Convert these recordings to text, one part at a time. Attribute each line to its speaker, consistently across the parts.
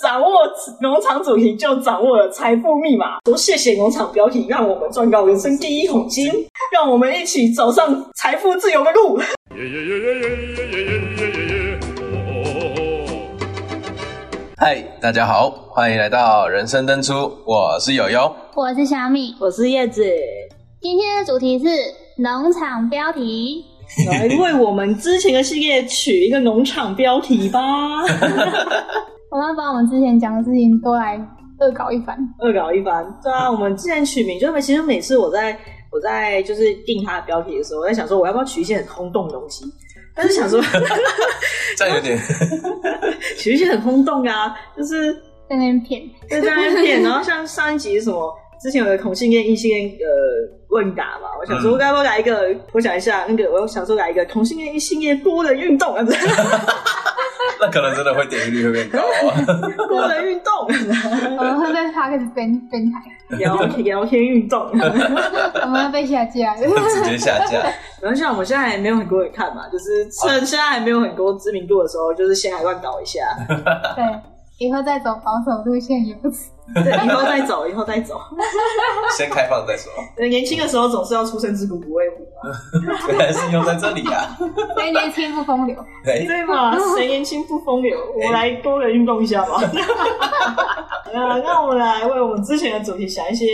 Speaker 1: 掌握农场主题，就掌握了财富密码。说谢谢农场标题，让我们赚到人生第一桶金，让我们一起走上财富自由的路。
Speaker 2: 耶耶耶耶耶耶耶耶耶耶！哦，
Speaker 3: 嗨，大家好，欢迎来到人生登出，我是友友。
Speaker 4: 我是小米。
Speaker 1: 我是叶子，
Speaker 4: 今天的主题是农场标题，
Speaker 1: 来为我们之前的系列取一个农场标题吧。
Speaker 4: 我们要把我们之前讲的事情都来恶搞一番。
Speaker 1: 恶搞一番。对啊，我们之前取名，就是其实每次我在我在就是定它的标题的时候，我在想说我要不要取一些很轰动的东西，但是想说
Speaker 3: 这样有点，
Speaker 1: 取一些很轰动啊，就是
Speaker 4: 在那边骗，
Speaker 1: 在这边骗。然后像上一集什么，之前有个同性恋、异性恋呃问答嘛，我想说
Speaker 3: 嗯
Speaker 1: 该不该来一个，我想一下那个，我想说来一个同性恋、异性恋多人运动啊， 不是
Speaker 3: 那可能真的会点击率会变高啊。
Speaker 1: 多人运动，
Speaker 4: 我们会被 p a r k e t 编编台，
Speaker 1: 聊聊天运动。
Speaker 4: 我们会被下架。
Speaker 3: 直接下架，
Speaker 1: 然后像我们现在还没有很多人看嘛，就是趁现在还没有很多知名度的时候，就是先来乱搞一下，
Speaker 4: 对，以后再走保守路线也不迟。
Speaker 1: 对，以后再走，以后再走。
Speaker 3: 先开放再说。
Speaker 1: 对，年轻的时候总是要出生之犊不畏虎嘛，
Speaker 3: 原来是用在这里啊！
Speaker 4: 所以年轻不风流，
Speaker 3: 哎，
Speaker 1: 对嘛？谁年轻不风流？我们来多人运动一下吧。呃，那我们来为我们之前的主题想一些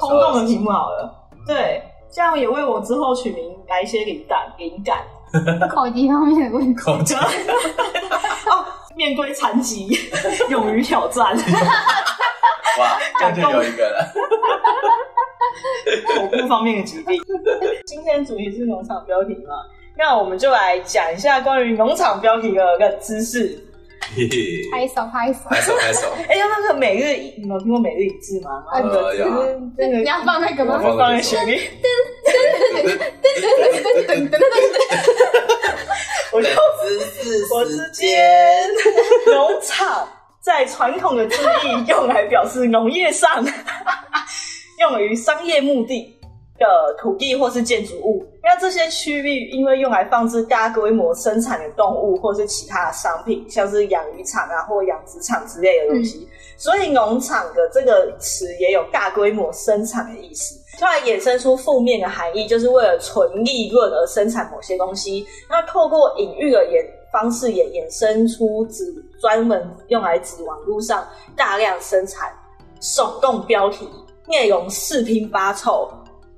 Speaker 3: 好
Speaker 1: 轰
Speaker 3: 笑的嗯
Speaker 1: 动的题目好了。对，这样也为我之后取名来一些灵感，灵感。
Speaker 4: 口疾方面的问题。
Speaker 3: 口罩
Speaker 1: 哦，面对残 疾，勇于挑战，
Speaker 3: 哇，这样就有一个了。
Speaker 1: 口部方面的疾病。今天的主题是农场标题嘛？那我们就来讲一下关于农场标题的一个知识。
Speaker 3: 嘿嘿
Speaker 4: 拍手拍手，
Speaker 3: 拍手拍手，
Speaker 1: 哎、呀，那个每日一，你们有听过每日一字吗？
Speaker 4: 哎
Speaker 1: 那
Speaker 3: 有啊
Speaker 1: 个那
Speaker 4: 你
Speaker 1: 个
Speaker 4: 要放那个吗？
Speaker 3: 我
Speaker 1: 放在学里，我就
Speaker 3: 知识
Speaker 1: 我之间， 农场在传统的字义用来表示农业上， 用于商业目的的土地或是建筑物。那这些区域因为用来放置大规模生产的动物或是其他的商品，像是养鱼场啊或养殖场之类的东西，所以农场的这个词也有大规模生产的意思。突然衍生出负面的含义，就是为了纯利润而生产某些东西，那透过隐喻的演方式，也衍生出指专门用来指网络上大量生产耸动标题、内容四拼八凑、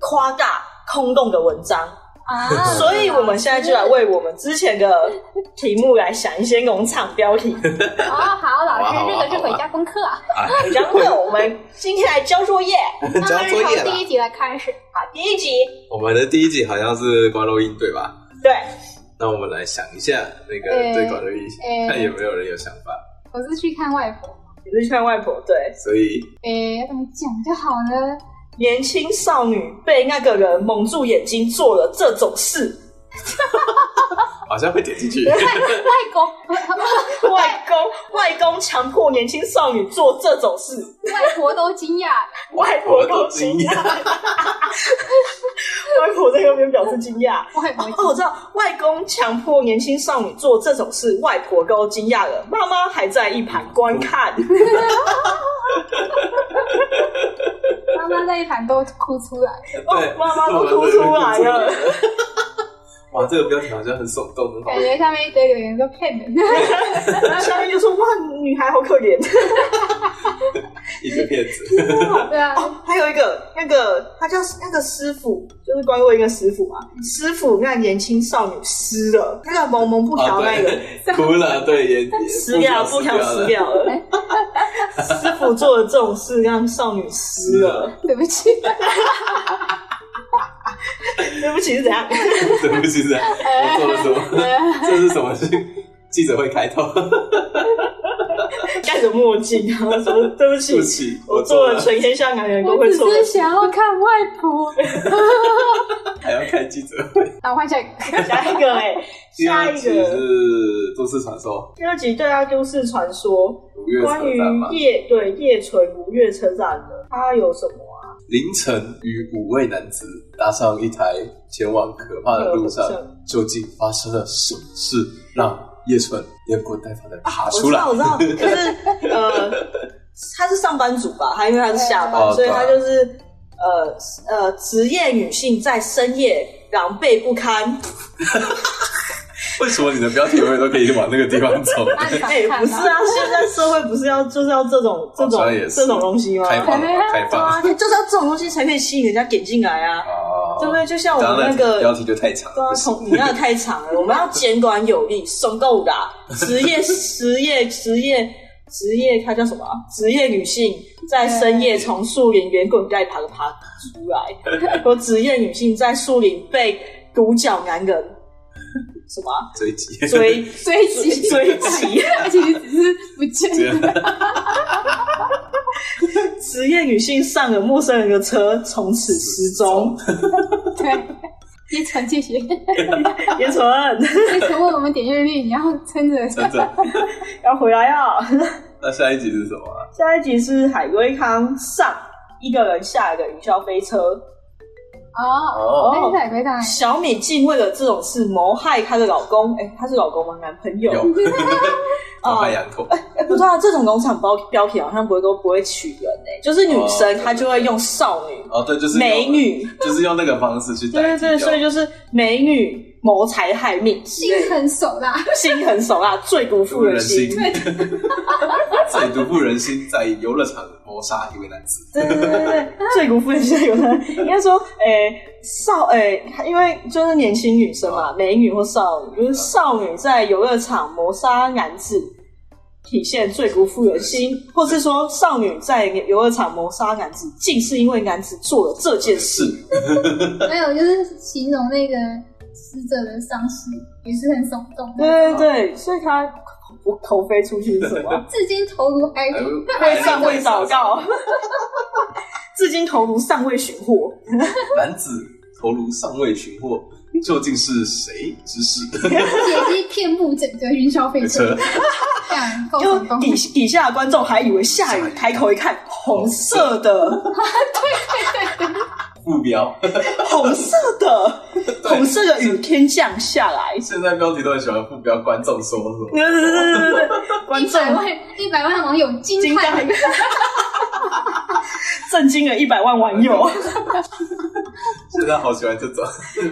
Speaker 1: 夸大空洞的文章。
Speaker 4: 啊！
Speaker 1: 所以我们现在就来为我们之前的题目来想一些农场标题。
Speaker 4: 哦，好，老
Speaker 3: 好啊
Speaker 4: 师，这
Speaker 3: 好啊
Speaker 4: 个是回家功课啊。
Speaker 3: 啊，
Speaker 1: 然后我们今天来交作业
Speaker 3: 交
Speaker 4: 那
Speaker 3: 作
Speaker 4: 我们
Speaker 3: 业
Speaker 4: 从
Speaker 3: 了
Speaker 4: 第。一集来开始。
Speaker 1: 啊，第一集
Speaker 3: 我们的第一集好像是关洛音对吧？
Speaker 1: 对，
Speaker 3: 那我们来想一下那个
Speaker 4: 呃
Speaker 3: 对关洛音，
Speaker 4: 呃
Speaker 3: 看有没有人有想法。
Speaker 4: 我是去看外婆，
Speaker 1: 你是劝外婆对。
Speaker 3: 所以
Speaker 4: 诶，哎要怎么讲就好呢？
Speaker 1: 年轻少女被那个人蒙住眼睛做了这种事，
Speaker 3: 好像会点进去。
Speaker 4: 外公，
Speaker 1: 外公外公强迫年轻少女做这种事，
Speaker 4: 外婆都惊讶了，
Speaker 1: 外婆
Speaker 3: 我
Speaker 1: 都
Speaker 3: 都
Speaker 1: 惊
Speaker 3: 惊
Speaker 1: 讶，
Speaker 3: 讶，
Speaker 1: 外婆在那边表示惊讶。
Speaker 4: 外婆
Speaker 1: 哦
Speaker 4: 惊，
Speaker 1: 我知道，外公强迫年轻少女做这种事，外婆都惊讶了，妈妈还在一旁观 看。
Speaker 4: 妈妈在一旁都哭出来。
Speaker 3: 对，
Speaker 1: 哦妈妈都哭出来了。
Speaker 3: 哇，这个标题好像很耸动，很好
Speaker 4: 感。觉下面一堆留言都骗 人，
Speaker 1: 下面就说：“哇，女孩好可怜。
Speaker 3: 一个骗 子，
Speaker 4: 对啊，
Speaker 1: 哦”还有一个，那个他叫那个师傅，就是关过一个师傅嘛。师傅那年轻少女湿了，那个萌萌不调
Speaker 3: 啊，
Speaker 1: 那个。
Speaker 3: 对，哭了，对，也也
Speaker 1: 死掉，不条死
Speaker 3: 了，
Speaker 1: 掉了。师傅做的这种事让少女湿了，
Speaker 4: 对不起，
Speaker 3: 啊
Speaker 1: 对不起是怎样？
Speaker 3: 对不起， 这样我做了什么？这是什么事？记者会开头，
Speaker 1: 戴着墨镜，然后说对不起
Speaker 3: 对不，起，
Speaker 1: 我做了全天下男人都
Speaker 4: 我
Speaker 1: 会
Speaker 4: 只
Speaker 1: 做
Speaker 4: 是
Speaker 1: 的事。
Speaker 4: 想要看外婆。
Speaker 3: 还要开记者会。
Speaker 4: 好，换下一个，
Speaker 1: 下一个哎、
Speaker 3: 第
Speaker 1: 下
Speaker 3: 二
Speaker 1: 一
Speaker 3: 集
Speaker 1: 个
Speaker 3: 是都市传说，
Speaker 1: 第二集对啊，都市传说
Speaker 3: 五月
Speaker 1: 关
Speaker 3: 车站嘛
Speaker 1: 于，夜对夜纯如月车站的，它有什么啊？
Speaker 3: 凌晨与五位男子搭上一台前往可怕的路上
Speaker 1: 可怕的路，
Speaker 3: 究竟发生了什么事，让叶纯连滚带爬的爬
Speaker 1: 啊我
Speaker 3: 出
Speaker 1: 知
Speaker 3: 来
Speaker 1: 道，？我知道，就是呃，上班族吧，他因为他是下班，
Speaker 3: 哦
Speaker 1: 所以他
Speaker 3: 对
Speaker 1: 就是呃呃，职业女性在深夜狼狈不堪。
Speaker 3: 为什么你的标题永远都可以往那个地方走？
Speaker 4: 那你
Speaker 1: 哎、
Speaker 4: 敢
Speaker 1: 不是
Speaker 4: 看
Speaker 1: 啊
Speaker 4: 吗？，
Speaker 1: 现在社会不是要就是要这种 这种
Speaker 3: 好像也是
Speaker 1: 这种东西吗？
Speaker 3: 开放开
Speaker 1: 对
Speaker 3: 放
Speaker 1: 啊，就是要这种东西才可以吸引人家点进来啊，
Speaker 3: 哦
Speaker 1: 对不对？就像我
Speaker 3: 当
Speaker 1: 们
Speaker 3: 然
Speaker 1: 那个
Speaker 3: 标题就太长，
Speaker 1: 对啊，
Speaker 3: 不行
Speaker 1: 从你那个太长了，我们要简短有 力，松够的啊。职业、职业、职业、职业，它叫什么啊？职业女性在深夜从树林圆滚盖爬爬出 来，和职业女性在树林被独角男人什么啊
Speaker 3: 追击
Speaker 1: 追
Speaker 4: 追
Speaker 1: 追
Speaker 4: 击，
Speaker 1: 追击，
Speaker 4: 而且只是不
Speaker 3: 这
Speaker 4: 见
Speaker 3: 样
Speaker 4: 了。
Speaker 1: 职业女性上了陌生人的车，从此失踪。
Speaker 4: 对，叶晨继续，叶
Speaker 1: 叶纯
Speaker 4: 晨问我们点阅率，你要撑着。
Speaker 3: 真的。
Speaker 1: 要回来啊！
Speaker 3: 那下一集是什么啊？
Speaker 1: 下一集是海龟汤上一个人下一个云霄飞车。
Speaker 4: 哦，
Speaker 3: 哦，
Speaker 4: 那是海龟汤哎，
Speaker 1: 小米竟为了这种事谋害她的老公，哎、她是老公吗？男朋友？
Speaker 3: 有，我还养狗，
Speaker 1: 哎、不知道、啊、这种农场包标题好像不会都不会取人哎、就是女生
Speaker 3: 哦
Speaker 1: 她就会用少女、
Speaker 3: 哦对，就是用
Speaker 1: 美，女，
Speaker 3: 就是用那个方式去
Speaker 1: 对对对，所以
Speaker 3: 就
Speaker 1: 就是美女谋财害 命之类
Speaker 4: 心
Speaker 1: 的，
Speaker 4: 狠手辣，
Speaker 1: 心狠手辣，最毒妇人心。
Speaker 3: 毒妇人心，最毒妇人心，在游乐场谋杀一位男子，
Speaker 1: 对对对对对，最古风现在有的应该说，诶、少诶、因为就是年轻女生嘛，美女或少女，就是少女在游乐场谋杀男子，体现最古妇人心，或是说少女在游乐场谋杀男子，竟是因为男子做了这件事。
Speaker 4: 还有就是形容那个死者的伤势也是很耸动的，
Speaker 1: 对对对，所以她头头飞出去是什 么？
Speaker 4: 至今头颅哀
Speaker 3: 还
Speaker 4: 痛。
Speaker 1: 会尚未祷告， 至今头颅尚未寻获。
Speaker 3: 男子头颅尚未寻获，究竟是谁指 使？
Speaker 4: 解析遍布整个云霄飞车
Speaker 3: 车，
Speaker 4: 这样够
Speaker 1: 就
Speaker 4: 成功。
Speaker 1: 底底下的观众还以为下
Speaker 3: 下
Speaker 1: 雨，
Speaker 3: 雨
Speaker 1: 抬头一看，红色的，
Speaker 3: 目标，
Speaker 1: 红色的，红色的雨天降下来。
Speaker 3: 现在标题都很喜欢副标，观众说什么？
Speaker 1: 对对对对对对对，观
Speaker 4: 一
Speaker 1: 众
Speaker 4: 百万一百万网友惊
Speaker 1: 惊
Speaker 4: 叹
Speaker 1: 呆，震惊了一百万网友。
Speaker 3: 现在好喜欢这种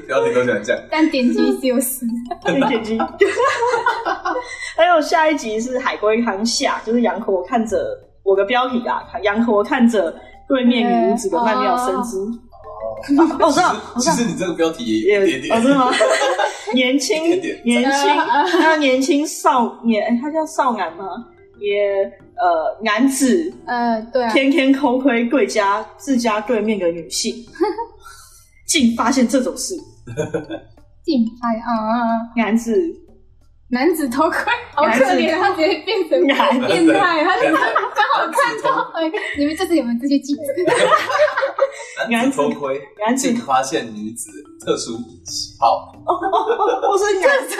Speaker 3: 标题都喜欢这样。
Speaker 4: 但点击只有四。
Speaker 1: 点击。还有下一集是海龟汤下，就是杨口看着我的标题啊，杨口看着对面女子的曼妙生姿。哦，我知道，我知
Speaker 3: 其
Speaker 1: 道。
Speaker 3: 实你这个标题也
Speaker 1: 也
Speaker 3: 有一点
Speaker 1: 哦，真的
Speaker 3: 点，
Speaker 1: 吗？ 年轻
Speaker 3: 一点点
Speaker 1: 年轻，
Speaker 4: 啊
Speaker 1: 那年轻少年，哎他叫少男吗？也呃，男子
Speaker 4: 呃，对啊，
Speaker 1: 天天偷窥贵家自家对面的女性， 竟发现这种事，
Speaker 4: 竞拍啊啊！啊
Speaker 1: 男子
Speaker 4: 男子头盔 好可怜，他直接变成
Speaker 1: 男
Speaker 4: 变态，他
Speaker 3: 男
Speaker 4: 就
Speaker 3: 子
Speaker 4: 是刚好看到。哎， 你们这是你们这些记者，
Speaker 3: 男子偷窥，
Speaker 1: 男子
Speaker 3: 竟发现女子特殊喜好，
Speaker 1: 或哦是男子，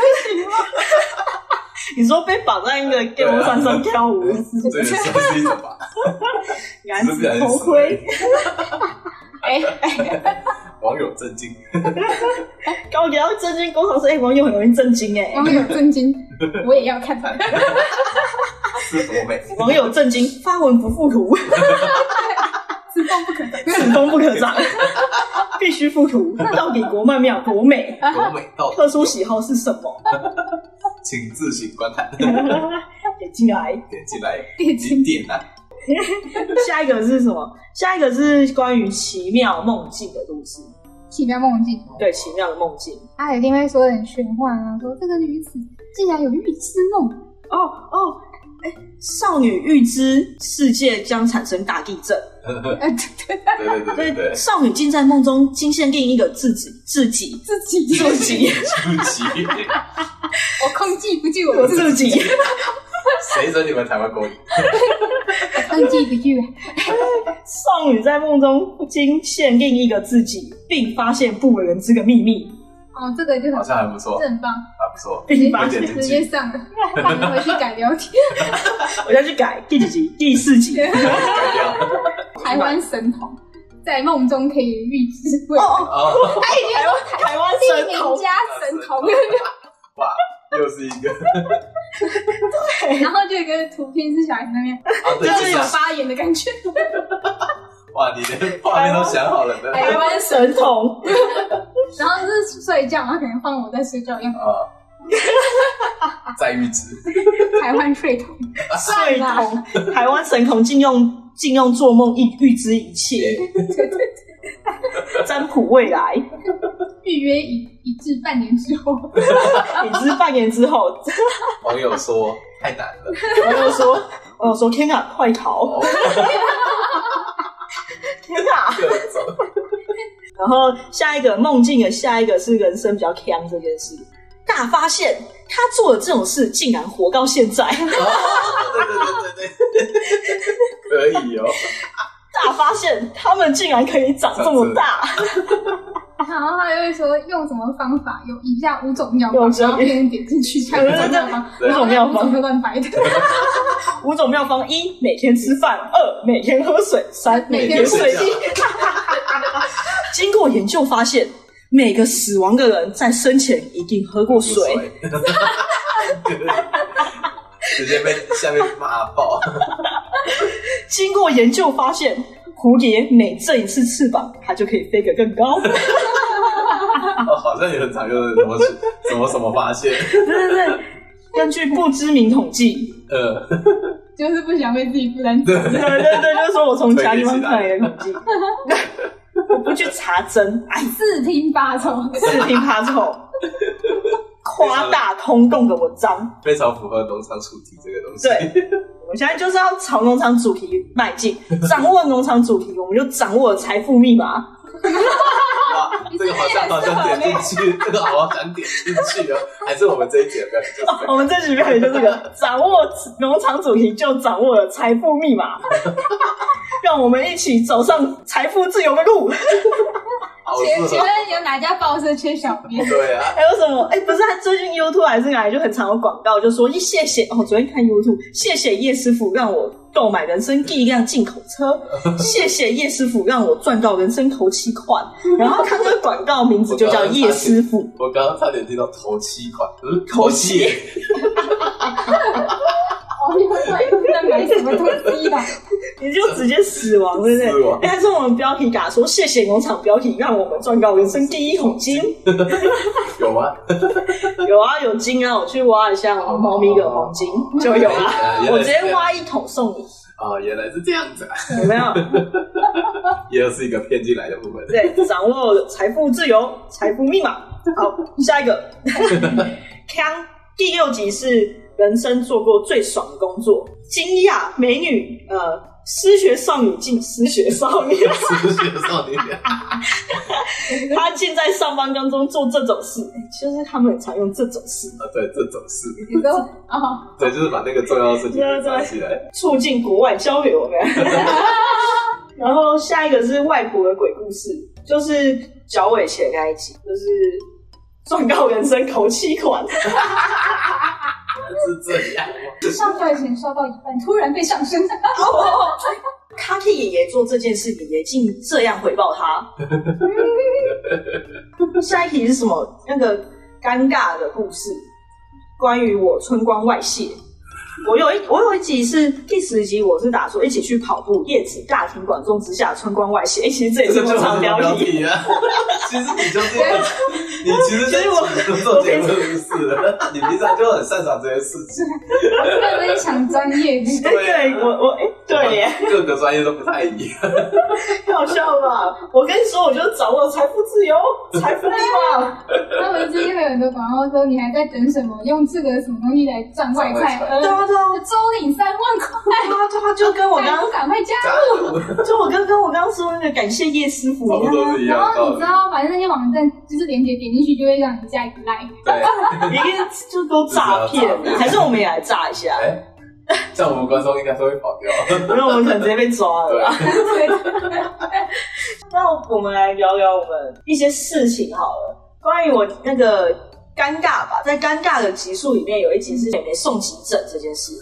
Speaker 1: 你说被绑在那个电风扇上跳舞，
Speaker 3: 这也算啊是一种吧？
Speaker 1: 男子偷窥，
Speaker 4: 哎，
Speaker 3: 网友震惊，
Speaker 1: 高给要震惊工程师，哎，网友很容易震惊哎，
Speaker 4: 网友震 惊，我也要看。
Speaker 3: 是多 美？
Speaker 1: 网友震惊，发文不附 图。
Speaker 4: 自动不可得。
Speaker 1: 此风不可长， 必须附图。到底国曼妙多美？
Speaker 3: 多美到
Speaker 1: 特殊喜好是什么？
Speaker 3: 请自行观看，
Speaker 1: 点进来。
Speaker 3: 点进来，
Speaker 4: 点进
Speaker 3: 你点啊，
Speaker 1: 下一个是什么？下一个是关于奇妙梦境的故事。
Speaker 4: 奇妙梦境，
Speaker 1: 对，奇妙的梦境。
Speaker 4: 他一定会说得很玄幻啊，说这个女子竟然有预知梦，
Speaker 1: 哦哦，哎，少女预知世界将产生大地震，
Speaker 4: 呃， 对对，
Speaker 3: 对对对
Speaker 1: 所
Speaker 3: 对
Speaker 1: 以
Speaker 3: 对，
Speaker 1: 少女竟在梦中惊现另一个自己，自己，
Speaker 4: 自己
Speaker 1: 自己，
Speaker 3: 出奇，
Speaker 4: 我控制不住
Speaker 1: 我
Speaker 4: 我自己，
Speaker 1: 自己。
Speaker 3: 谁准你们台湾国语？
Speaker 4: 我控制不住。
Speaker 1: 少女在梦中惊现另一个自己，并发现不为人知的秘密，
Speaker 4: 哦，这个就
Speaker 3: 好
Speaker 4: 很
Speaker 3: 像还不错，
Speaker 4: 这很棒，
Speaker 3: 还不错，
Speaker 1: 并发
Speaker 3: 有 点
Speaker 4: 直接上了，放了回去改标题，
Speaker 1: 我要去改第几集？第四集。
Speaker 3: 改 掉。
Speaker 4: 台湾神童。在梦中可以预知未来，
Speaker 1: 哦，
Speaker 3: 哦，
Speaker 4: 他已经
Speaker 1: 台湾台湾
Speaker 4: 是
Speaker 1: 神
Speaker 4: 地
Speaker 1: 童
Speaker 4: 名，加神童，
Speaker 3: 哇，又是一个
Speaker 4: 然后就有一个图片是小孩子那边，
Speaker 3: 啊，对，
Speaker 4: 就是
Speaker 3: 这
Speaker 4: 有
Speaker 3: 样。
Speaker 4: 发言的感觉。
Speaker 3: 哇，你连画面都想好了呢。
Speaker 1: 台湾神童，
Speaker 4: 然后就是睡觉，然后可能换我在睡觉一样，
Speaker 3: 啊，在玉 子，
Speaker 4: 台湾睡童。
Speaker 1: 睡童，台湾神童禁用禁用做梦预预知一 切，
Speaker 4: 对对对，
Speaker 1: 占卜未来，
Speaker 4: 预约一一至半年之 后，
Speaker 1: 你知半年之后，
Speaker 3: 网友说太难了。
Speaker 1: 我就说，我就说天啊，快逃！
Speaker 3: 哦
Speaker 1: 天啊！
Speaker 3: 各种
Speaker 1: 然后下一个梦境的下一个是人生比较强这件事，大发现他做的这种事竟然活到现在，
Speaker 3: 哦对对对对对，可以哦。
Speaker 1: 大发现他们竟然可以长这么 大，
Speaker 4: 然后他就会说用什么方法，有以下五种妙法，
Speaker 1: 用这
Speaker 4: 然后别人点 进去看五种妙方，
Speaker 3: 对
Speaker 4: 然
Speaker 1: 五
Speaker 4: 后那
Speaker 1: 种妙方
Speaker 4: 五种都乱掰的，
Speaker 1: 五种妙方：一、每天吃饭；二、每天喝水；三、
Speaker 4: 每
Speaker 1: 天
Speaker 4: 天
Speaker 1: 睡
Speaker 4: 睡
Speaker 1: 觉。经过研究发现，每个死亡的人在生前一定喝过水。
Speaker 3: 直接被下面骂爆，
Speaker 1: 经过研究发现，蝴蝶每振一次翅膀，它就可以飞得更高。
Speaker 3: 哦，好像也很常用的什么 什么什么发现，
Speaker 1: 对对对，根据不知名统计，
Speaker 3: 呃，
Speaker 4: 就是不想为自己负担。
Speaker 3: 对，
Speaker 1: 对对对，就是说我从其他地方看来的统计， 我不去查真，哎，
Speaker 4: 四听八从，
Speaker 1: 四平八凑，夸大通共的文章。
Speaker 3: 非常符合农场主题这个东西。
Speaker 1: 对，我们现在就是要朝农场主题迈进，掌握农场主题，我们就掌握了财富密码。
Speaker 3: 哇，这个好像好像点进去，这个好想点进去哦，还是我们这一节不要 就是这个
Speaker 1: 我们这局表演就是这个，掌握农场主题就掌握了财富密码， 让我们一起走上财富自由的路。
Speaker 3: 好
Speaker 4: 请
Speaker 3: 适
Speaker 4: 请
Speaker 3: 合。
Speaker 4: 问有哪家报社缺小编？
Speaker 3: 对啊，
Speaker 1: 还有什么？哎、不是，他最近 YouTube 还是哪里就很常有广告，就说一谢谢哦，昨天看 YouTube，谢谢叶师傅让我购买人生第一辆进口车， 谢谢叶师傅让我赚到人生头期款。然后他这个广告名字就叫叶师傅，
Speaker 3: 我刚刚差点听到头七款，嗯，头七，
Speaker 4: 哦，你们会在买什么啊东西的？
Speaker 1: 你就直接死亡，对不
Speaker 3: 死
Speaker 1: 对
Speaker 3: 亡？
Speaker 1: 哎还是我们标题打说谢谢农场标题让我们赚到人生第一桶 金。
Speaker 3: 有吗？
Speaker 1: 有啊，有金啊，我去挖一下我们猫咪的黄 金就有啦、
Speaker 3: 啊
Speaker 1: 我直接挖一桶送你，
Speaker 3: 啊，原来是这样子啊，
Speaker 1: 有没有？
Speaker 3: 也有是一个骗进来的部分。
Speaker 1: 对，掌握财富自由、财富密码。好，下一个，康第六集是人生做过最爽的工作，惊讶美女，呃，失学少女进失学少女，
Speaker 3: 是学少年，
Speaker 1: 她竟在上班当中做这种事，其实他们很常用这种事，
Speaker 3: 啊，对这种事，
Speaker 4: 你说哦，
Speaker 3: 对，就是把那个重要的事情
Speaker 1: 对对
Speaker 3: 拿起来，
Speaker 1: 促进国外交流呗。然后下一个是外国的鬼故事，就是脚尾前那一集，就是状告人生头七款，
Speaker 3: 是这样哦吗？
Speaker 4: 上课前刷到一半，突然被上 身，
Speaker 1: 卡蒂爷爷做这件事，爷爷竟这样回报他。 下一题是什么？那个尴尬的故事，关于我春光外泄。我有一我有一集是第十集，我是打说一起去跑步，叶子大庭广众之下春光外泄。哎、其实这也
Speaker 3: 这
Speaker 1: 是
Speaker 3: 个
Speaker 1: 我
Speaker 3: 就是
Speaker 1: 常
Speaker 3: 标
Speaker 1: 标题。
Speaker 3: 题啊！ 其实你就是一个，你其实就是我做节目的事了，你平常就很擅长这些事情。
Speaker 4: 被被抢专业的。
Speaker 1: 哎，
Speaker 3: 对啊
Speaker 1: 对我我哎、对耶，，
Speaker 3: 各个专业都不太一样。
Speaker 1: 太好笑了吧？我跟你说，我就掌握财富自由，财富密码。
Speaker 4: 他们最近会有很多广告说你还在等什么？用这个什么东西来赚外快，
Speaker 3: 赚外快
Speaker 4: 呃
Speaker 1: 对，啊对啊
Speaker 4: 周领三万块，
Speaker 1: 对啊对啊，就跟我
Speaker 4: 还
Speaker 1: 刚
Speaker 4: 不赶快加入？
Speaker 1: 就我刚刚我刚刚说那个感谢叶师傅，
Speaker 3: 差不多是一样的
Speaker 4: 然后
Speaker 3: 道
Speaker 4: 你知
Speaker 3: 理。
Speaker 4: 道，反正那些网站就是连接点进去就会让你下一个 like，
Speaker 3: 对，
Speaker 1: 一个就都诈骗，还是我们也来诈一下？
Speaker 3: 哎，像我们观众应该都会跑掉。
Speaker 1: 不然我们可能直接被抓了
Speaker 3: 对
Speaker 1: 吧。， 那我们来聊聊我们一些事情好了，关于我那个尴尬吧，在尴尬的集数里面有一集是妹妹送急诊这件事，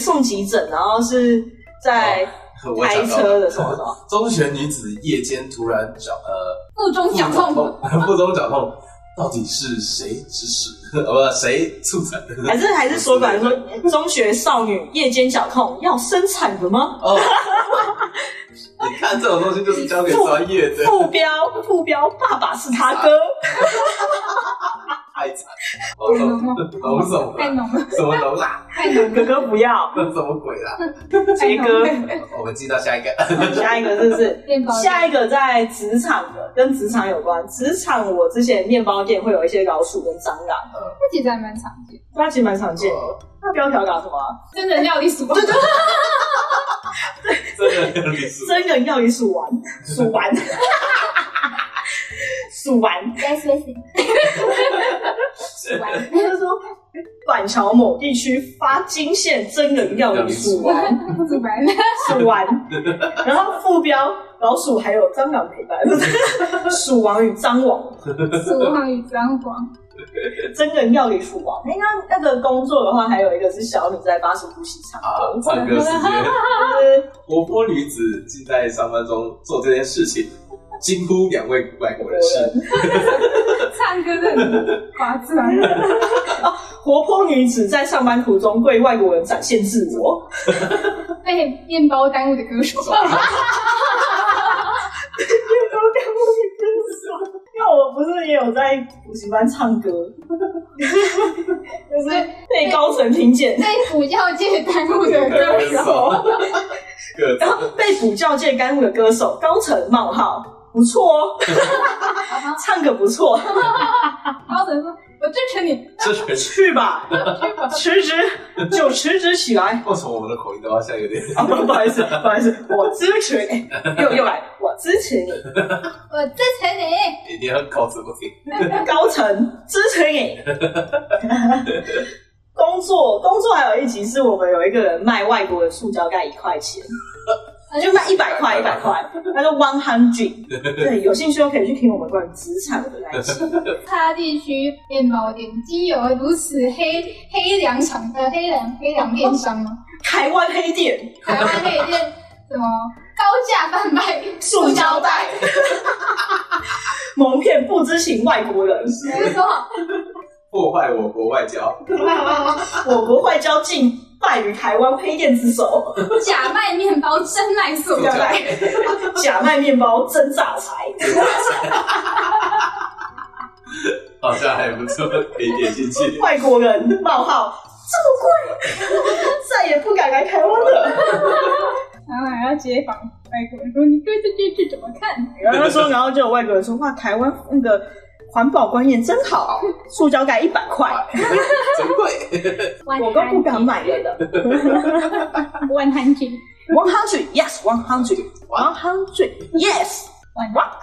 Speaker 1: 送急诊，然后是在
Speaker 3: 我
Speaker 1: 开
Speaker 3: 想到
Speaker 1: 车的时候什么，
Speaker 3: 中学女子夜间突然脚呃
Speaker 4: 腹中绞痛，
Speaker 3: 腹中绞痛，到底是谁指使， 呃，不，谁促成的？
Speaker 1: 还是还是说白了说，中学少女夜间绞痛要生产的吗？
Speaker 3: 哦，你看这种东西就是交给专业 的，
Speaker 1: 副标副标，爸爸是他哥，
Speaker 3: 太惨，哦，
Speaker 4: 太浓
Speaker 3: 懂
Speaker 4: 了
Speaker 3: 懂什么
Speaker 4: 太
Speaker 3: 啦？
Speaker 4: 浓了，
Speaker 3: 什么懂啦？
Speaker 4: 太浓
Speaker 1: 哥
Speaker 4: 了，
Speaker 1: 哥不要，
Speaker 3: 那什么鬼啦？
Speaker 1: 杰哥。
Speaker 3: 我们进到下一个，
Speaker 1: 下一个是不 是？
Speaker 4: 面包
Speaker 1: 下
Speaker 4: 店
Speaker 1: 一个在职场的，跟职场有关。职场我之前面包店会有一些老鼠跟蟑螂，
Speaker 4: 这其实还蛮常见，
Speaker 1: 它其实蛮常见的。那标条打什么啊？
Speaker 4: 真的料理鼠王，
Speaker 3: 真的有历史，
Speaker 1: 真人要你数完，数 完，数完。
Speaker 4: yes yes，
Speaker 1: 他就说，板桥某地区发金线真人要你数完，
Speaker 4: 煮完
Speaker 1: 数完。然后副标老鼠还有蟑螂陪伴， 鼠王与蟑王。
Speaker 4: 鼠王与张王，
Speaker 1: 真人料理鼠王。哎，那那个工作的话，还有一个是小米在八十呼吸唱
Speaker 3: 啊
Speaker 1: 歌，，
Speaker 3: 唱歌时间。
Speaker 1: 就是
Speaker 3: 活泼女子竟在上班中做这件事情，惊呼两位外国人士。
Speaker 4: 唱歌的很夸张，
Speaker 1: 活泼女子在上班途中对外国人展现自 我，
Speaker 4: 被面包耽误的歌手，
Speaker 1: 因为我不是也有在补习班唱歌，就是被高层听见，
Speaker 4: 被补教界耽误的歌手，
Speaker 3: 各
Speaker 1: 然后被补教界干物的歌手高层冒号。不错 哦，唱个不错，
Speaker 4: 然后人说，我支持你，
Speaker 3: 这全是
Speaker 1: 去吧，
Speaker 4: 去吧，
Speaker 1: 辞职就辞职起来。
Speaker 3: 为什么我们的口音都要像有 点？
Speaker 1: 啊，不不好意思，不好意思，我支持你，又又来，我支持你。
Speaker 4: 我支持你，
Speaker 3: 一定要搞什么听？
Speaker 1: 高层支持你。 工作工作还有一集是我们有一个人卖外国的塑胶袋一块钱，就卖一百块一百块，那就 one hundred。对，有兴趣都可以去听我们关于职场的那一集。
Speaker 4: 他地区面包店基友如此黑黑粮厂呃黑粮黑粮电商吗？
Speaker 1: 台湾黑店
Speaker 4: 台湾可以店什么高价贩卖
Speaker 1: 塑胶袋，蒙骗不知情外国人，
Speaker 4: 没错，
Speaker 3: 破坏我国外交，
Speaker 1: 我国外交竟败于台湾黑店之手，
Speaker 4: 假卖面包真卖塑
Speaker 1: 塑胶
Speaker 4: 料
Speaker 1: 袋，假卖面包真榨财。
Speaker 3: 好像还不错，可以点进去。
Speaker 1: 外国人冒号这么贵，再也不敢来台湾了。
Speaker 4: 然后还要街访外国人说你对这件事怎么看？
Speaker 1: 然后他说，然后就有外国人说，哇，台湾那个环保观念真好，塑胶袋一百块，
Speaker 3: 真贵，
Speaker 1: 我都不敢买了的。
Speaker 4: 万韩剧，
Speaker 1: One hundred, yes, one hundred, one hundred, yes。
Speaker 4: 万
Speaker 1: 哇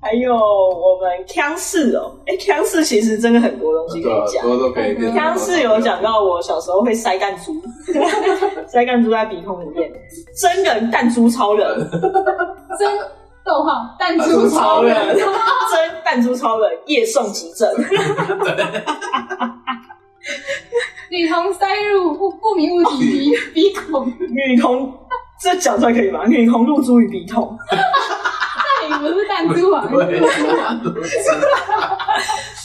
Speaker 1: 还有我们康氏哦，哎，康氏其实真的很多东西可以讲。
Speaker 3: 多都可以 变。
Speaker 1: 刚是有讲到我小时候会塞弹珠， 塞弹珠在鼻孔里面，真人弹珠超人。
Speaker 4: 真逗号弹珠 超人，
Speaker 1: 真弹珠超人夜送急诊，
Speaker 4: 女童塞入不不明物体鼻鼻孔，
Speaker 1: 女童，这讲出来可以吗？女童露珠与鼻孔，
Speaker 4: 那你哎不是弹珠王？
Speaker 3: 对，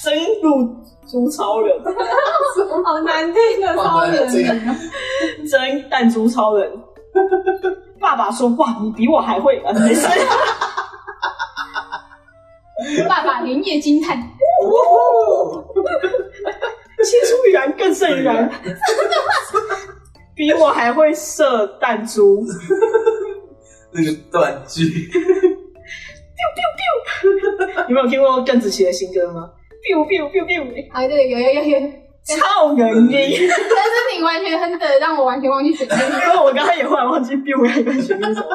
Speaker 1: 真露珠超人，
Speaker 4: 好难听的超人啊！
Speaker 1: 真弹珠超人。爸爸说：“哇，你比我还会啊！没事，
Speaker 4: 爸爸连夜惊叹，
Speaker 1: 青出于蓝更胜于蓝，比我还会射弹珠。
Speaker 3: 那个断句，
Speaker 1: 你们有听过邓紫棋的新歌吗？biu biu biu biu，
Speaker 4: 啊对，有有有有。
Speaker 1: 超能力。
Speaker 4: 但是你完全哼的，让我完全忘记选择。
Speaker 1: 因为我刚刚也忽然忘记 biu 那个旋律是什么，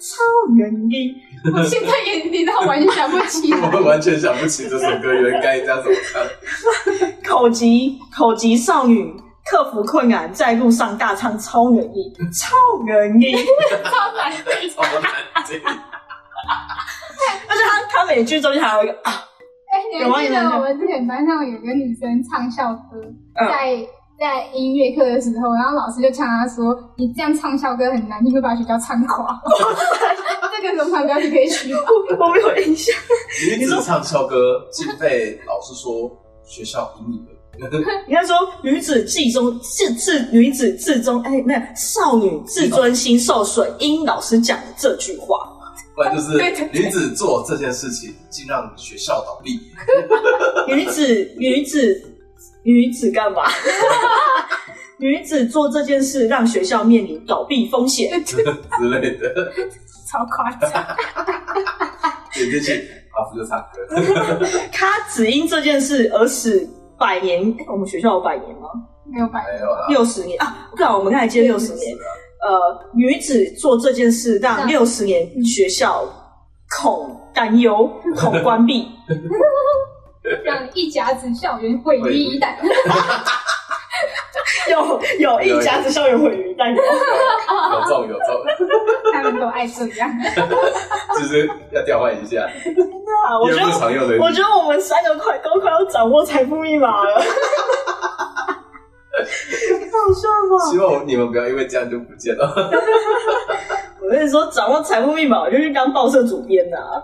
Speaker 1: 超能力。”
Speaker 4: 我现在也听到完全想不起来。
Speaker 3: 我完全想不起这首歌原该叫什么唱。
Speaker 1: 口疾口疾少女克服困难，在路上大唱超能力，超能力。
Speaker 4: 超难听
Speaker 3: 超难听，
Speaker 1: 而且他他每句中间还有一个啊，
Speaker 4: 哎，你还记得我们之前班上有个女生唱校歌，
Speaker 1: 嗯
Speaker 4: 在在音乐课的时 候，然后老师就呛她说：“你这样唱校歌很难听，会把学校唱垮。”这个农场标题可以取吧？
Speaker 1: 我没有印象。
Speaker 3: 女子畅销歌竟被老师说学校以你为荣，
Speaker 1: 人家说女子至中自自女子至中，哎，那少女自尊心受损，因老师讲这句话。
Speaker 3: 不然就是
Speaker 4: 对对对
Speaker 3: 女子做这件事情竟让学校倒闭。
Speaker 1: 女子女子女子干嘛？ 女子做这件事让学校面临倒闭风险。
Speaker 3: 之类 的，
Speaker 4: 超夸张，
Speaker 3: 点进去阿福就唱歌，
Speaker 1: 她只因这件事而使百年，哎我们学校有百年吗？
Speaker 4: 没有白
Speaker 3: 没有啦，
Speaker 1: 六十年啊，对啊，我们刚才接六十年。呃，女子做这件事让
Speaker 4: 让
Speaker 1: 六十年学校恐担忧、恐关 闭。
Speaker 4: 让一甲子校园毁于一旦。
Speaker 1: 有有一家子校园毁于一旦，
Speaker 3: 有中有中，
Speaker 4: 他们都爱这 样，
Speaker 3: 就是要调换一下，
Speaker 1: 啊！我
Speaker 3: 业
Speaker 1: 觉
Speaker 3: 务
Speaker 1: 得
Speaker 3: 常用的
Speaker 1: 我觉得我们三个快都快要掌握财富密码了，好笑哦
Speaker 3: 希
Speaker 1: 吗？
Speaker 3: 望你们不要因为这样就不见了。
Speaker 1: 我跟你说，掌握财富密码，我就去当报社主编啊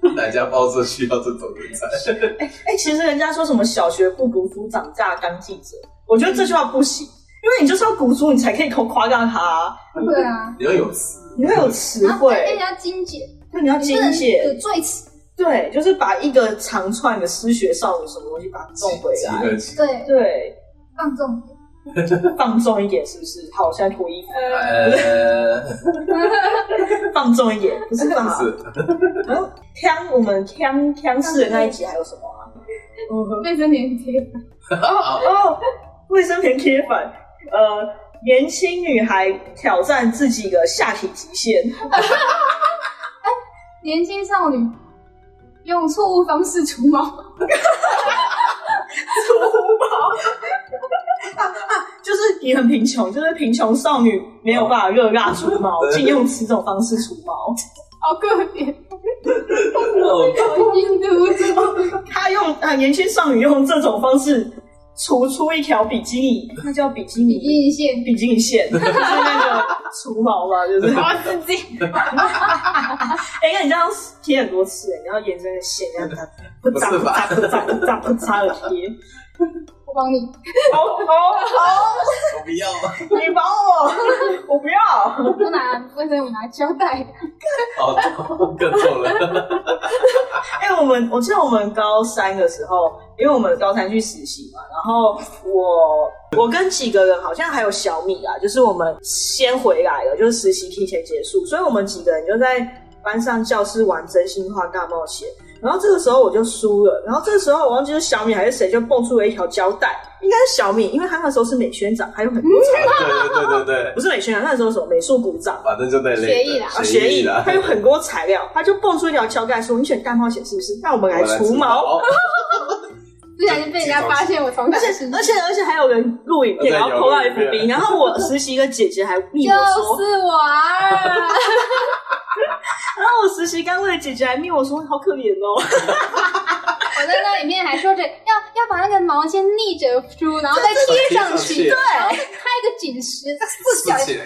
Speaker 1: 呐、
Speaker 3: 哪家报社需要这种人才？
Speaker 1: 哎、其实人家说什么小学不读书，长大当记者，我觉得这句话不行，因为你就是要读书，你才可以夸夸大他、
Speaker 4: 对啊。
Speaker 3: 你要有词，
Speaker 1: 你要有词
Speaker 4: 嗯然后人
Speaker 1: 汇，
Speaker 4: 家精简，
Speaker 1: 那你要
Speaker 4: 你
Speaker 1: 精
Speaker 4: 不能
Speaker 1: 简，
Speaker 4: 有最词，
Speaker 1: 对，就是把一个长串的失学少女什么东西把它弄回
Speaker 3: 集
Speaker 1: 来，
Speaker 3: 合起
Speaker 4: 对，
Speaker 1: 对，
Speaker 4: 放纵点。
Speaker 1: 放纵一点，是不是？好，我现在脱衣服。
Speaker 4: 呃，
Speaker 3: 呃，
Speaker 1: 放纵一点，不是放嗯
Speaker 3: 是
Speaker 1: 枪，我们枪枪式的那一集还有什么啊？
Speaker 4: 卫生棉贴，
Speaker 3: 啊，
Speaker 1: 哦，卫生棉贴反，呃，年轻女孩挑战自己的下体极限，
Speaker 4: 年轻少女用错误方式除毛，
Speaker 1: 就是你很贫穷，就是贫穷少女没有办法热辣除毛，
Speaker 3: 对
Speaker 1: 竟用此种方式除毛。
Speaker 4: 好可怜，
Speaker 3: 哦
Speaker 4: 好印度这种
Speaker 1: 她用呃年轻少女用这种方式除出一条比基尼，那叫比基
Speaker 4: 比
Speaker 1: 尼。
Speaker 4: 基尼线，
Speaker 1: 比基尼线，就是那个除毛嘛，就是。
Speaker 4: 好刺激，
Speaker 1: 哎、那你这样贴很多次，你要沿着那个线这样它不
Speaker 3: 不是
Speaker 1: 扎
Speaker 3: 吧
Speaker 1: 不扎不扎不扎的贴。
Speaker 4: 我帮你，
Speaker 1: 好好好，
Speaker 3: 我不要了。
Speaker 1: 你帮我，我不要。
Speaker 4: 我拿卫生我拿胶带，
Speaker 3: 好，更重了。
Speaker 1: 哎、我们我记得我们高三的时候，因为我们高三去实习嘛，然后我我跟几个人好像还有小米啊，就是我们先回来了，就是实习提前结束，所以我们几个人就在班上教室玩真心话大冒险。然后这个时候我就输了，然后这个时候我忘记是小米还是谁就蹦出了一条胶带，应该是小米，因为他那时候是美宣长，还有很多长，
Speaker 3: 对对对对对，
Speaker 1: 不是美宣长，那时候什么美术股长，
Speaker 3: 反正就那类的
Speaker 4: 学艺啦
Speaker 1: 啊，学艺，
Speaker 3: 啦
Speaker 1: 他有很多材料，他就蹦出一条胶带说：“你选大冒险是不是？那我们来除毛。，
Speaker 4: 不小心被人家发现我从”
Speaker 1: 而且而且而且还有人录影片，
Speaker 3: 哦对
Speaker 1: 然后
Speaker 3: 有
Speaker 1: PO 到
Speaker 3: 录影
Speaker 1: FB，
Speaker 3: 片
Speaker 1: 然后我实习一个姐姐还密
Speaker 4: 就
Speaker 1: 我说，
Speaker 4: 是我啊，
Speaker 1: 然后我实习单位的姐姐还密我说好可怜哦，
Speaker 4: 我在那里面还说着要要把那个毛巾逆着梳，然后再贴上去，
Speaker 3: 对
Speaker 4: 然后再开一个紧实，四角
Speaker 3: 竖起来，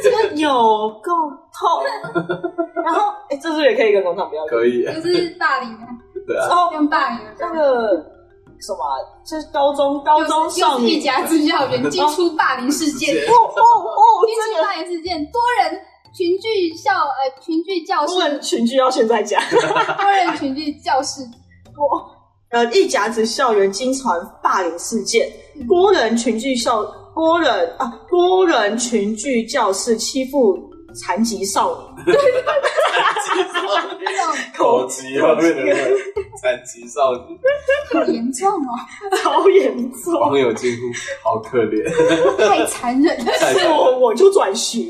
Speaker 1: 这个有够痛。 然后哎，这是不是也可以跟工厂不要？
Speaker 3: 可以，
Speaker 4: 就是霸凌啊，
Speaker 3: 对啊，
Speaker 1: 哦，
Speaker 4: 用霸凌的
Speaker 1: 那个什么啊，就是高中高中少
Speaker 4: 又是
Speaker 1: 女
Speaker 4: 一，家之 校园惊出霸凌事件，
Speaker 1: 哦哦哦，
Speaker 4: 惊出霸凌事件，多人群聚校呃群聚教室
Speaker 1: 这，个问群聚要现在讲。
Speaker 4: 多人群聚教室，
Speaker 1: 呃，一甲子校园经传霸凌事件，多人群聚校多人啊多人群聚教室欺负残疾少 女，
Speaker 4: 这种
Speaker 3: 口 疾方面的人，残疾少女，
Speaker 4: 好严重哦，
Speaker 1: 超严重。
Speaker 3: 网友惊呼：好可怜，
Speaker 4: 太残忍 了，
Speaker 3: 太
Speaker 1: 是我我就转学，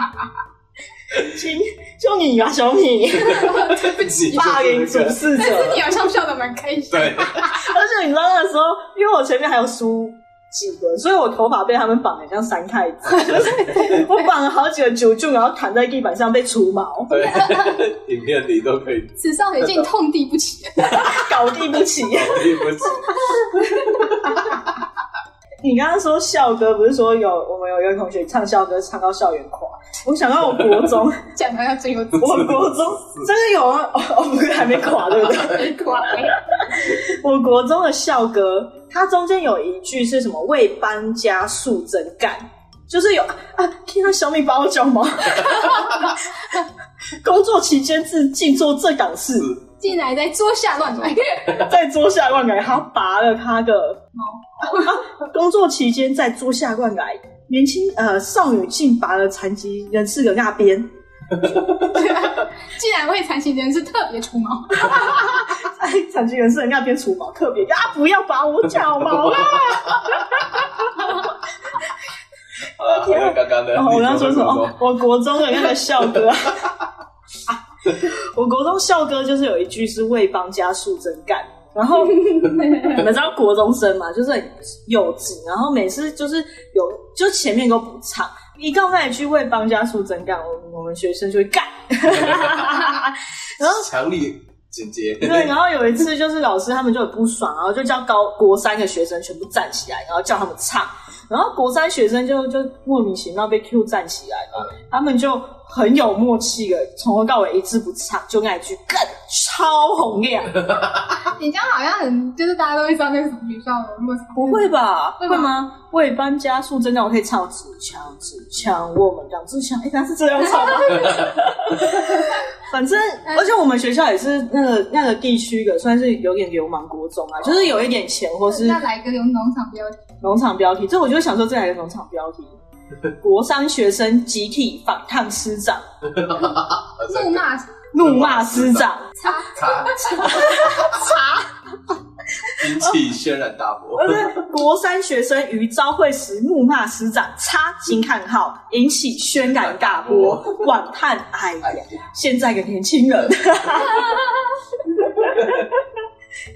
Speaker 1: 亲，就你啊，小 米，
Speaker 4: 对不起。
Speaker 1: 霸凌主事者
Speaker 4: 你。好像笑得蛮开心，
Speaker 3: 对，
Speaker 1: 而且你知道那时候，因为我前面还有梳几个，所以我头发被他们绑得像三太子，就是我绑了好几个揪揪，然后躺在地板上被除毛。
Speaker 3: 对，影片里都可以
Speaker 4: 此少女竟痛地不起。
Speaker 1: 搞地不起。
Speaker 3: 对不起，
Speaker 1: 你刚刚说校歌，不是说有我们有一位同学唱校歌唱到校园垮？我想到我国中，
Speaker 4: 讲到要最后
Speaker 1: 我国中真的有啊，哦哦，不是还没垮对不对？
Speaker 4: 挂
Speaker 1: 我国中的校歌，它中间有一句是什么“为搬家速增干”，就是有啊，听到小米把我讲毛。 工作期间自尽做这档事，
Speaker 4: 进来在桌下乱来，
Speaker 1: 在桌下灌溉，他拔了他的毛。工作期间在桌下灌溉，年轻呃少女竟拔了残疾人士的那边，
Speaker 4: 竟然为残疾人士特别除毛，
Speaker 1: 哎，残疾人士的那边除毛特别啊，不要拔我脚毛啊！
Speaker 3: 啊，还有刚刚的，
Speaker 1: 哦，我刚
Speaker 3: 你
Speaker 1: 说什么？哦？我国中的那个校歌、啊， 我国中校歌就是有一句是“为邦家树真干”，然后你们知道国中生嘛，就是很幼稚，然后每次就是有就前面都不唱，一到那一句“为邦家树真干”，我们我们学生就会干。然后
Speaker 3: 强力简洁，
Speaker 1: 对，然后有一次就是老师他们就很不爽，然后就叫高国三的学生全部站起来，然后叫他们唱，然后国三学生就就莫名其妙被 Q 站起来嘛，
Speaker 4: 嗯
Speaker 1: 他们就很有默契的从头到尾一字不差，就那一句更超洪亮，
Speaker 4: 啊你这样好像很就是大家都会知道那是什么学校的落差。
Speaker 1: 不会吧？
Speaker 4: 会吗
Speaker 1: 会吗？为班加速真的我可以唱自强自强，我们党自强，哎、他是这样唱吗？ 反正，
Speaker 4: 哎
Speaker 1: 而且我们学校也是那个那个地区的，算是有点流氓国中啊，就是有一点钱或是
Speaker 4: 那来个有农场标题，
Speaker 1: 农场标题，这我就想说这两个农场标 题。国商学生集体反抗师长，
Speaker 4: 怒骂
Speaker 1: 怒骂师长，
Speaker 4: 叉
Speaker 3: 茶茶引起轩然大波
Speaker 1: 而。是国三学生于招会时怒骂师长，插惊叹号，引起轩然 大波，晚叹哎呀
Speaker 3: 哎，呀，
Speaker 1: 现在的年轻人。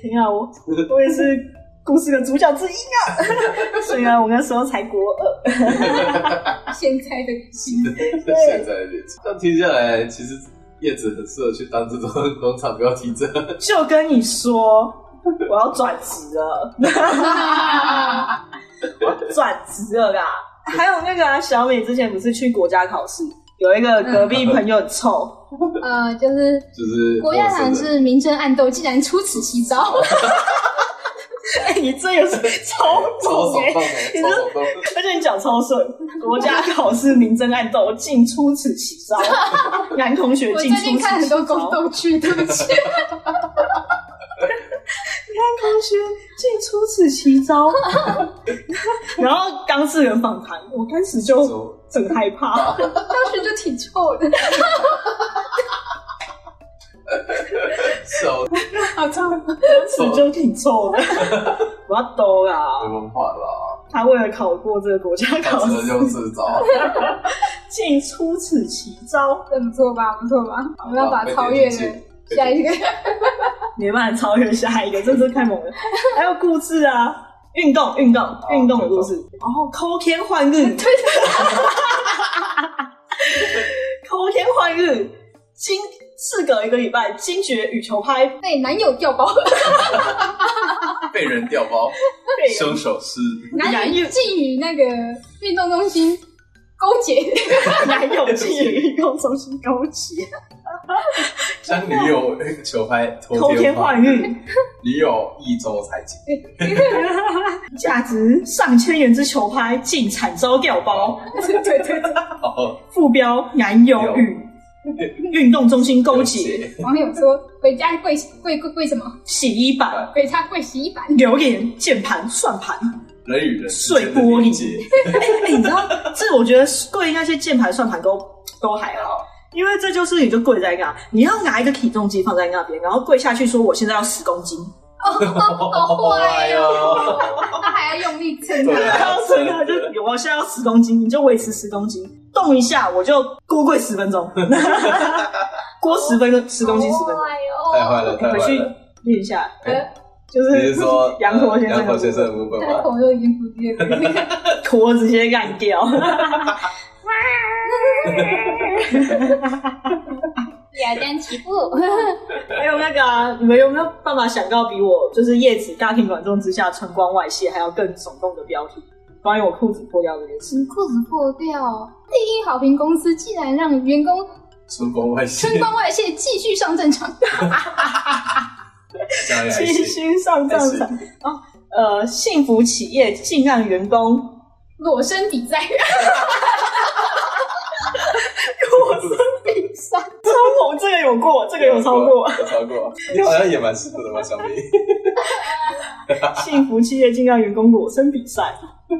Speaker 1: 天啊，我我也是故事的主角之一啊！ 虽然我那时候才国二，
Speaker 4: 现在的心，
Speaker 3: 现 在的年纪，这样听下来，其实叶子很适合去当这种 农场标题者。
Speaker 1: 就跟你说我要转职了。转职了啦。还有那个、啊、小美之前不是去国家考试，有一个隔壁朋友很臭，
Speaker 4: 呃，就是
Speaker 3: 就是
Speaker 4: 国家堂
Speaker 3: 是
Speaker 4: 是明争暗斗，竟然出此奇招，
Speaker 1: 哎、你这个是超
Speaker 3: 超
Speaker 1: 猛
Speaker 3: 手
Speaker 1: 哎、
Speaker 3: 动的，超手动的。
Speaker 1: 而且你讲超顺，国家考试明争暗斗，尽出此奇 招。男同学
Speaker 4: 我最
Speaker 1: 尽出
Speaker 4: 近
Speaker 1: 此
Speaker 4: 看很
Speaker 1: 奇
Speaker 4: 多
Speaker 1: 招，
Speaker 4: 宫斗剧，对不起，
Speaker 1: 男同学尽出此奇招。 然后当事人访谈，我开始就
Speaker 3: 说
Speaker 1: 很害怕。
Speaker 4: 当时就挺臭的，
Speaker 3: 手
Speaker 1: 啊，这样当时就挺臭的，我要抖啦
Speaker 3: 没。文化了，
Speaker 1: 他为了考过这个国家考
Speaker 3: 只能
Speaker 1: 试，
Speaker 3: 用自招。
Speaker 1: 竟出此奇招，
Speaker 4: 不错吧，不错吧， 我们要把超越的下一个，
Speaker 1: 没办法超越下一个，真是太猛了。还有故事啊，运动、运动、哦运动的故事，然后抠天换 日，抠天换日，今事隔一个礼拜，惊觉羽球拍
Speaker 4: 被男友调包，
Speaker 3: 被人调 包，
Speaker 1: 被
Speaker 3: 凶手是
Speaker 4: 男友竟与那个运动中心勾 结，
Speaker 1: 男友进运动中心勾结，
Speaker 3: 将女友 球拍偷
Speaker 1: 抠天换日，
Speaker 3: 女友一周才进，
Speaker 1: 价值上千元之球拍竟惨遭调包。
Speaker 4: 对对对，
Speaker 3: 哦，
Speaker 1: 副标男友与运动中心勾结，
Speaker 4: 网友说回家跪跪跪跪什么？
Speaker 1: 洗衣板、
Speaker 4: 回家跪洗衣 板，
Speaker 1: 榴莲、键盘、算盘。
Speaker 3: 人与人之间的连接
Speaker 1: 哎、你知 道，这我觉得跪那些键盘、算盘都都还好，因为这就是你就跪在那，你要拿一个体重机放在那边，然后跪下去说我现在要十公斤，
Speaker 4: 好坏哦，
Speaker 3: 哦，
Speaker 4: 他还要用力撑啊
Speaker 3: 对啊
Speaker 4: 他，
Speaker 1: 然后所以他就有我现在要十公斤，你就维持十公斤，动一下我就多跪十分 钟，多十分钟十公斤十分钟，
Speaker 3: 太
Speaker 4: 坏
Speaker 3: 坏
Speaker 4: 哦，
Speaker 3: 了，
Speaker 1: 你
Speaker 3: 太
Speaker 1: 回
Speaker 3: 坏
Speaker 1: 去
Speaker 3: 了。
Speaker 1: 练一下，
Speaker 4: 呃
Speaker 1: 就
Speaker 3: 你
Speaker 1: 是
Speaker 3: 是说 呃
Speaker 1: 杨驼先
Speaker 3: 杨
Speaker 1: 生
Speaker 3: 驼
Speaker 1: 的
Speaker 3: 先 生的部分
Speaker 4: 他
Speaker 3: 吗？
Speaker 4: 口都已经不见了。
Speaker 1: 驼直接干掉。
Speaker 4: 雅丹起步，
Speaker 1: 还有那个、啊，你们有没有办法想到比我就是叶子大庭广众之下春光外泄还要更耸动的标题？关于我裤子破掉这件事。
Speaker 4: 你裤子破掉，第一好评公司竟然让员工
Speaker 3: 春光外泄，
Speaker 4: 春光外泄继续上战场，
Speaker 3: 家里还
Speaker 1: 继
Speaker 3: 哎是
Speaker 1: 续上战场。呃，幸福企业竟让员工
Speaker 4: 裸身比赛，
Speaker 1: 裸身比赛，超哦猛！这个有过，这个有超 过。
Speaker 3: 有超过，你好像也蛮适合的嘛，小明。
Speaker 1: 幸福企业竟让员工裸身比赛，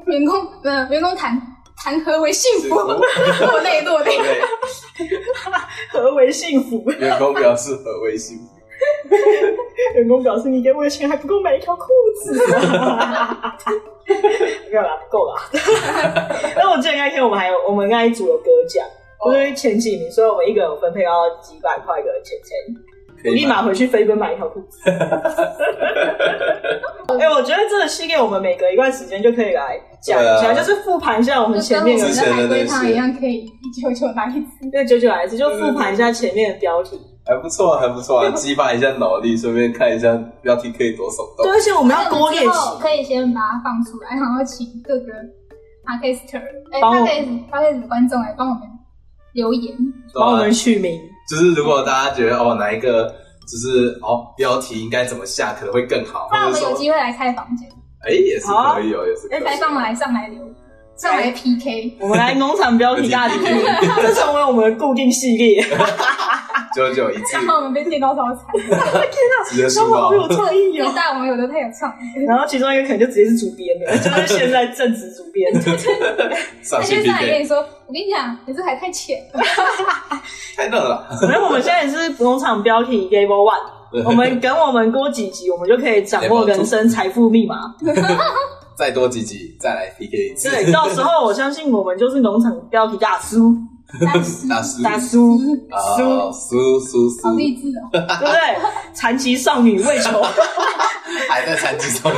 Speaker 4: 员工呃员工谈谈何为幸福， 落泪落泪。
Speaker 3: 对，
Speaker 1: 何为幸福？
Speaker 3: 员工表示何为幸福？
Speaker 1: 员工表示：“你给我的钱还不够买一条裤子。” 没有啦，不够啦。 那我记得那天我们还有我们那一组有得奖，
Speaker 3: 哦
Speaker 1: 就是前几名，所以我们一个人分配到几百块的钱钱。我
Speaker 3: 可以
Speaker 1: 立马
Speaker 3: 吗？
Speaker 1: 回去飞奔买一条裤子。哎、我觉得这个系列我们每隔一段时间就可以来讲一下，
Speaker 3: 对啊
Speaker 1: 就是复盘一 下我们
Speaker 4: 就
Speaker 1: 前
Speaker 4: 跟我
Speaker 1: 面
Speaker 4: 们
Speaker 1: 的
Speaker 3: 之前
Speaker 4: 的
Speaker 3: 的
Speaker 4: 海龟
Speaker 3: 那
Speaker 4: 汤
Speaker 3: 些
Speaker 4: 一样，可以一九九来一次。
Speaker 1: 对九九来一次，就复盘一下前面的标题。
Speaker 3: 还不错啊，还不错啊，激发一下脑力，顺便看一下标题可以多耸
Speaker 1: 对，
Speaker 3: 动。
Speaker 1: 而且我们要多练
Speaker 4: 那之
Speaker 1: 习
Speaker 3: 啊
Speaker 4: 后。可以先把它放出来，然后请各个 podcaster，哎
Speaker 1: 帮我
Speaker 4: ，podcast podcast 观众来帮我们留言。
Speaker 3: 对
Speaker 1: 帮我
Speaker 3: 啊
Speaker 1: 们取名。
Speaker 3: 就是如果大家觉得哦哪一个就是哦标题应该怎么下可能会更好，
Speaker 4: 不然我
Speaker 3: 或者
Speaker 4: 们有
Speaker 3: 说
Speaker 4: 机会来开房间，
Speaker 3: 哎也是可以哦，
Speaker 1: 啊哎
Speaker 3: 也是可 以。
Speaker 4: 开哎放来上来留，上
Speaker 3: 哎
Speaker 4: 来 PK。
Speaker 1: 我们来农场标题大比拼， 这成为我们的固定系列。
Speaker 3: 九九一 次
Speaker 4: 然后我们被电到超 惨，
Speaker 3: 直接
Speaker 1: 他
Speaker 3: 输
Speaker 1: 们
Speaker 3: 爆
Speaker 1: 好，有创意
Speaker 4: 现
Speaker 1: 哦！
Speaker 4: 在我们有的太有 创意，
Speaker 1: 然后其中一个可能就直接是主编的，就是现在正职主编。
Speaker 3: 上
Speaker 4: 他
Speaker 3: 去
Speaker 4: 就上来跟
Speaker 3: PK
Speaker 4: 你说，我跟你讲，你这还太浅 了，
Speaker 3: 太嫩了，
Speaker 1: 反正我们现在也是农场标题 Level One，我们等我们过几集，我们就可以掌握
Speaker 3: Level Two
Speaker 1: 人生财富 密码。
Speaker 3: 再多几集再来 PK 一次。
Speaker 1: 对，到时候我相信我们就是农场标题大叔，
Speaker 4: 但是
Speaker 3: 大叔，
Speaker 1: 大叔，
Speaker 3: 啊
Speaker 1: 叔，
Speaker 3: 苏苏苏
Speaker 4: 好，励志哦，
Speaker 1: 对不对？残疾少女为 求，
Speaker 3: 还在残疾中，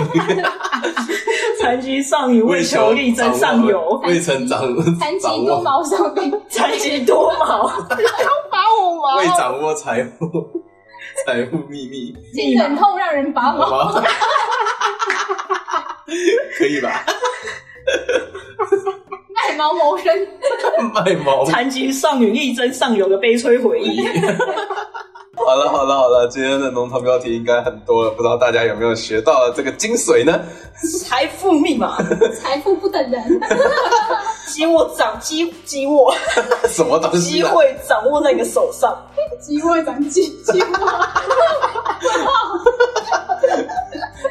Speaker 1: 残疾少女 为求力争上 游，
Speaker 3: 未曾掌握
Speaker 4: 残疾
Speaker 3: 掌
Speaker 4: 多
Speaker 3: 握
Speaker 4: 毛少病，
Speaker 1: 残疾多毛。
Speaker 4: 拔 我毛
Speaker 3: 未掌握财富财富秘密，
Speaker 4: 竟忍
Speaker 3: 啊
Speaker 4: 痛让人拔
Speaker 3: 好
Speaker 4: 毛，
Speaker 3: 吗？可以吧？
Speaker 4: 卖毛谋生，
Speaker 3: 卖毛
Speaker 1: 残疾少女力争上游的悲催回忆。
Speaker 3: 好了好了好了，今天的农场标题应该很多了，不知道大家有没有学到这个精髓呢？
Speaker 1: 财富密 码，
Speaker 4: 财富不等人。
Speaker 1: 鸡握掌，鸡鸡握，
Speaker 3: 什么东西、
Speaker 1: 机
Speaker 3: 啊？
Speaker 1: 会掌握在你的手上。
Speaker 4: 鸡窝长鸡 鸡窝，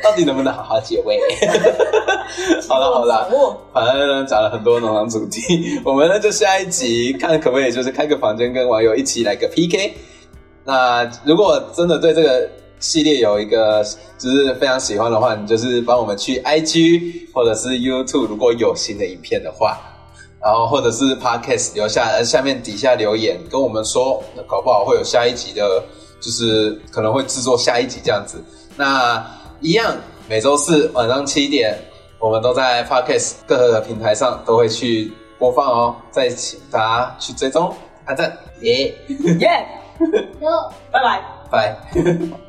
Speaker 3: 到底能不能好好解围？ 好了好了
Speaker 1: 掌。握
Speaker 3: 反正呢，讲了很多农场主题， 我们呢就下一集看可不可以就是开个房间跟网友一起来个 PK。那如果真的对这个系列有一个就是非常喜欢的话，你就是帮我们去 IG 或者是 YouTube，如果有新的影片的话，然后或者是 Podcast 留下呃下面底下留言跟我们说，搞不好会有下一集的，就是可能会制作下一集这样子。那一样每周四晚上七点，我们都在 Podcast 各个平台上都会去播放哦，再请大家去追踪、按赞，耶、
Speaker 1: 耶！
Speaker 4: 然后
Speaker 1: 拜拜。
Speaker 3: 拜。